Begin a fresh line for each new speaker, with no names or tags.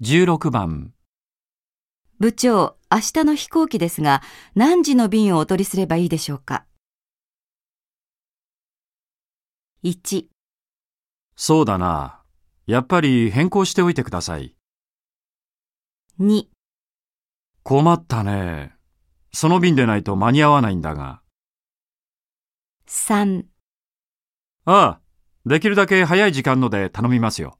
16番、
部長、明日の飛行機ですが、何時の便をお取りすればいいでしょうか。1、
そうだな。やっぱり変更しておいてください。
2、
困ったね。その便でないと間に合わないんだが。
3。
ああ、できるだけ早い時間ので頼みますよ。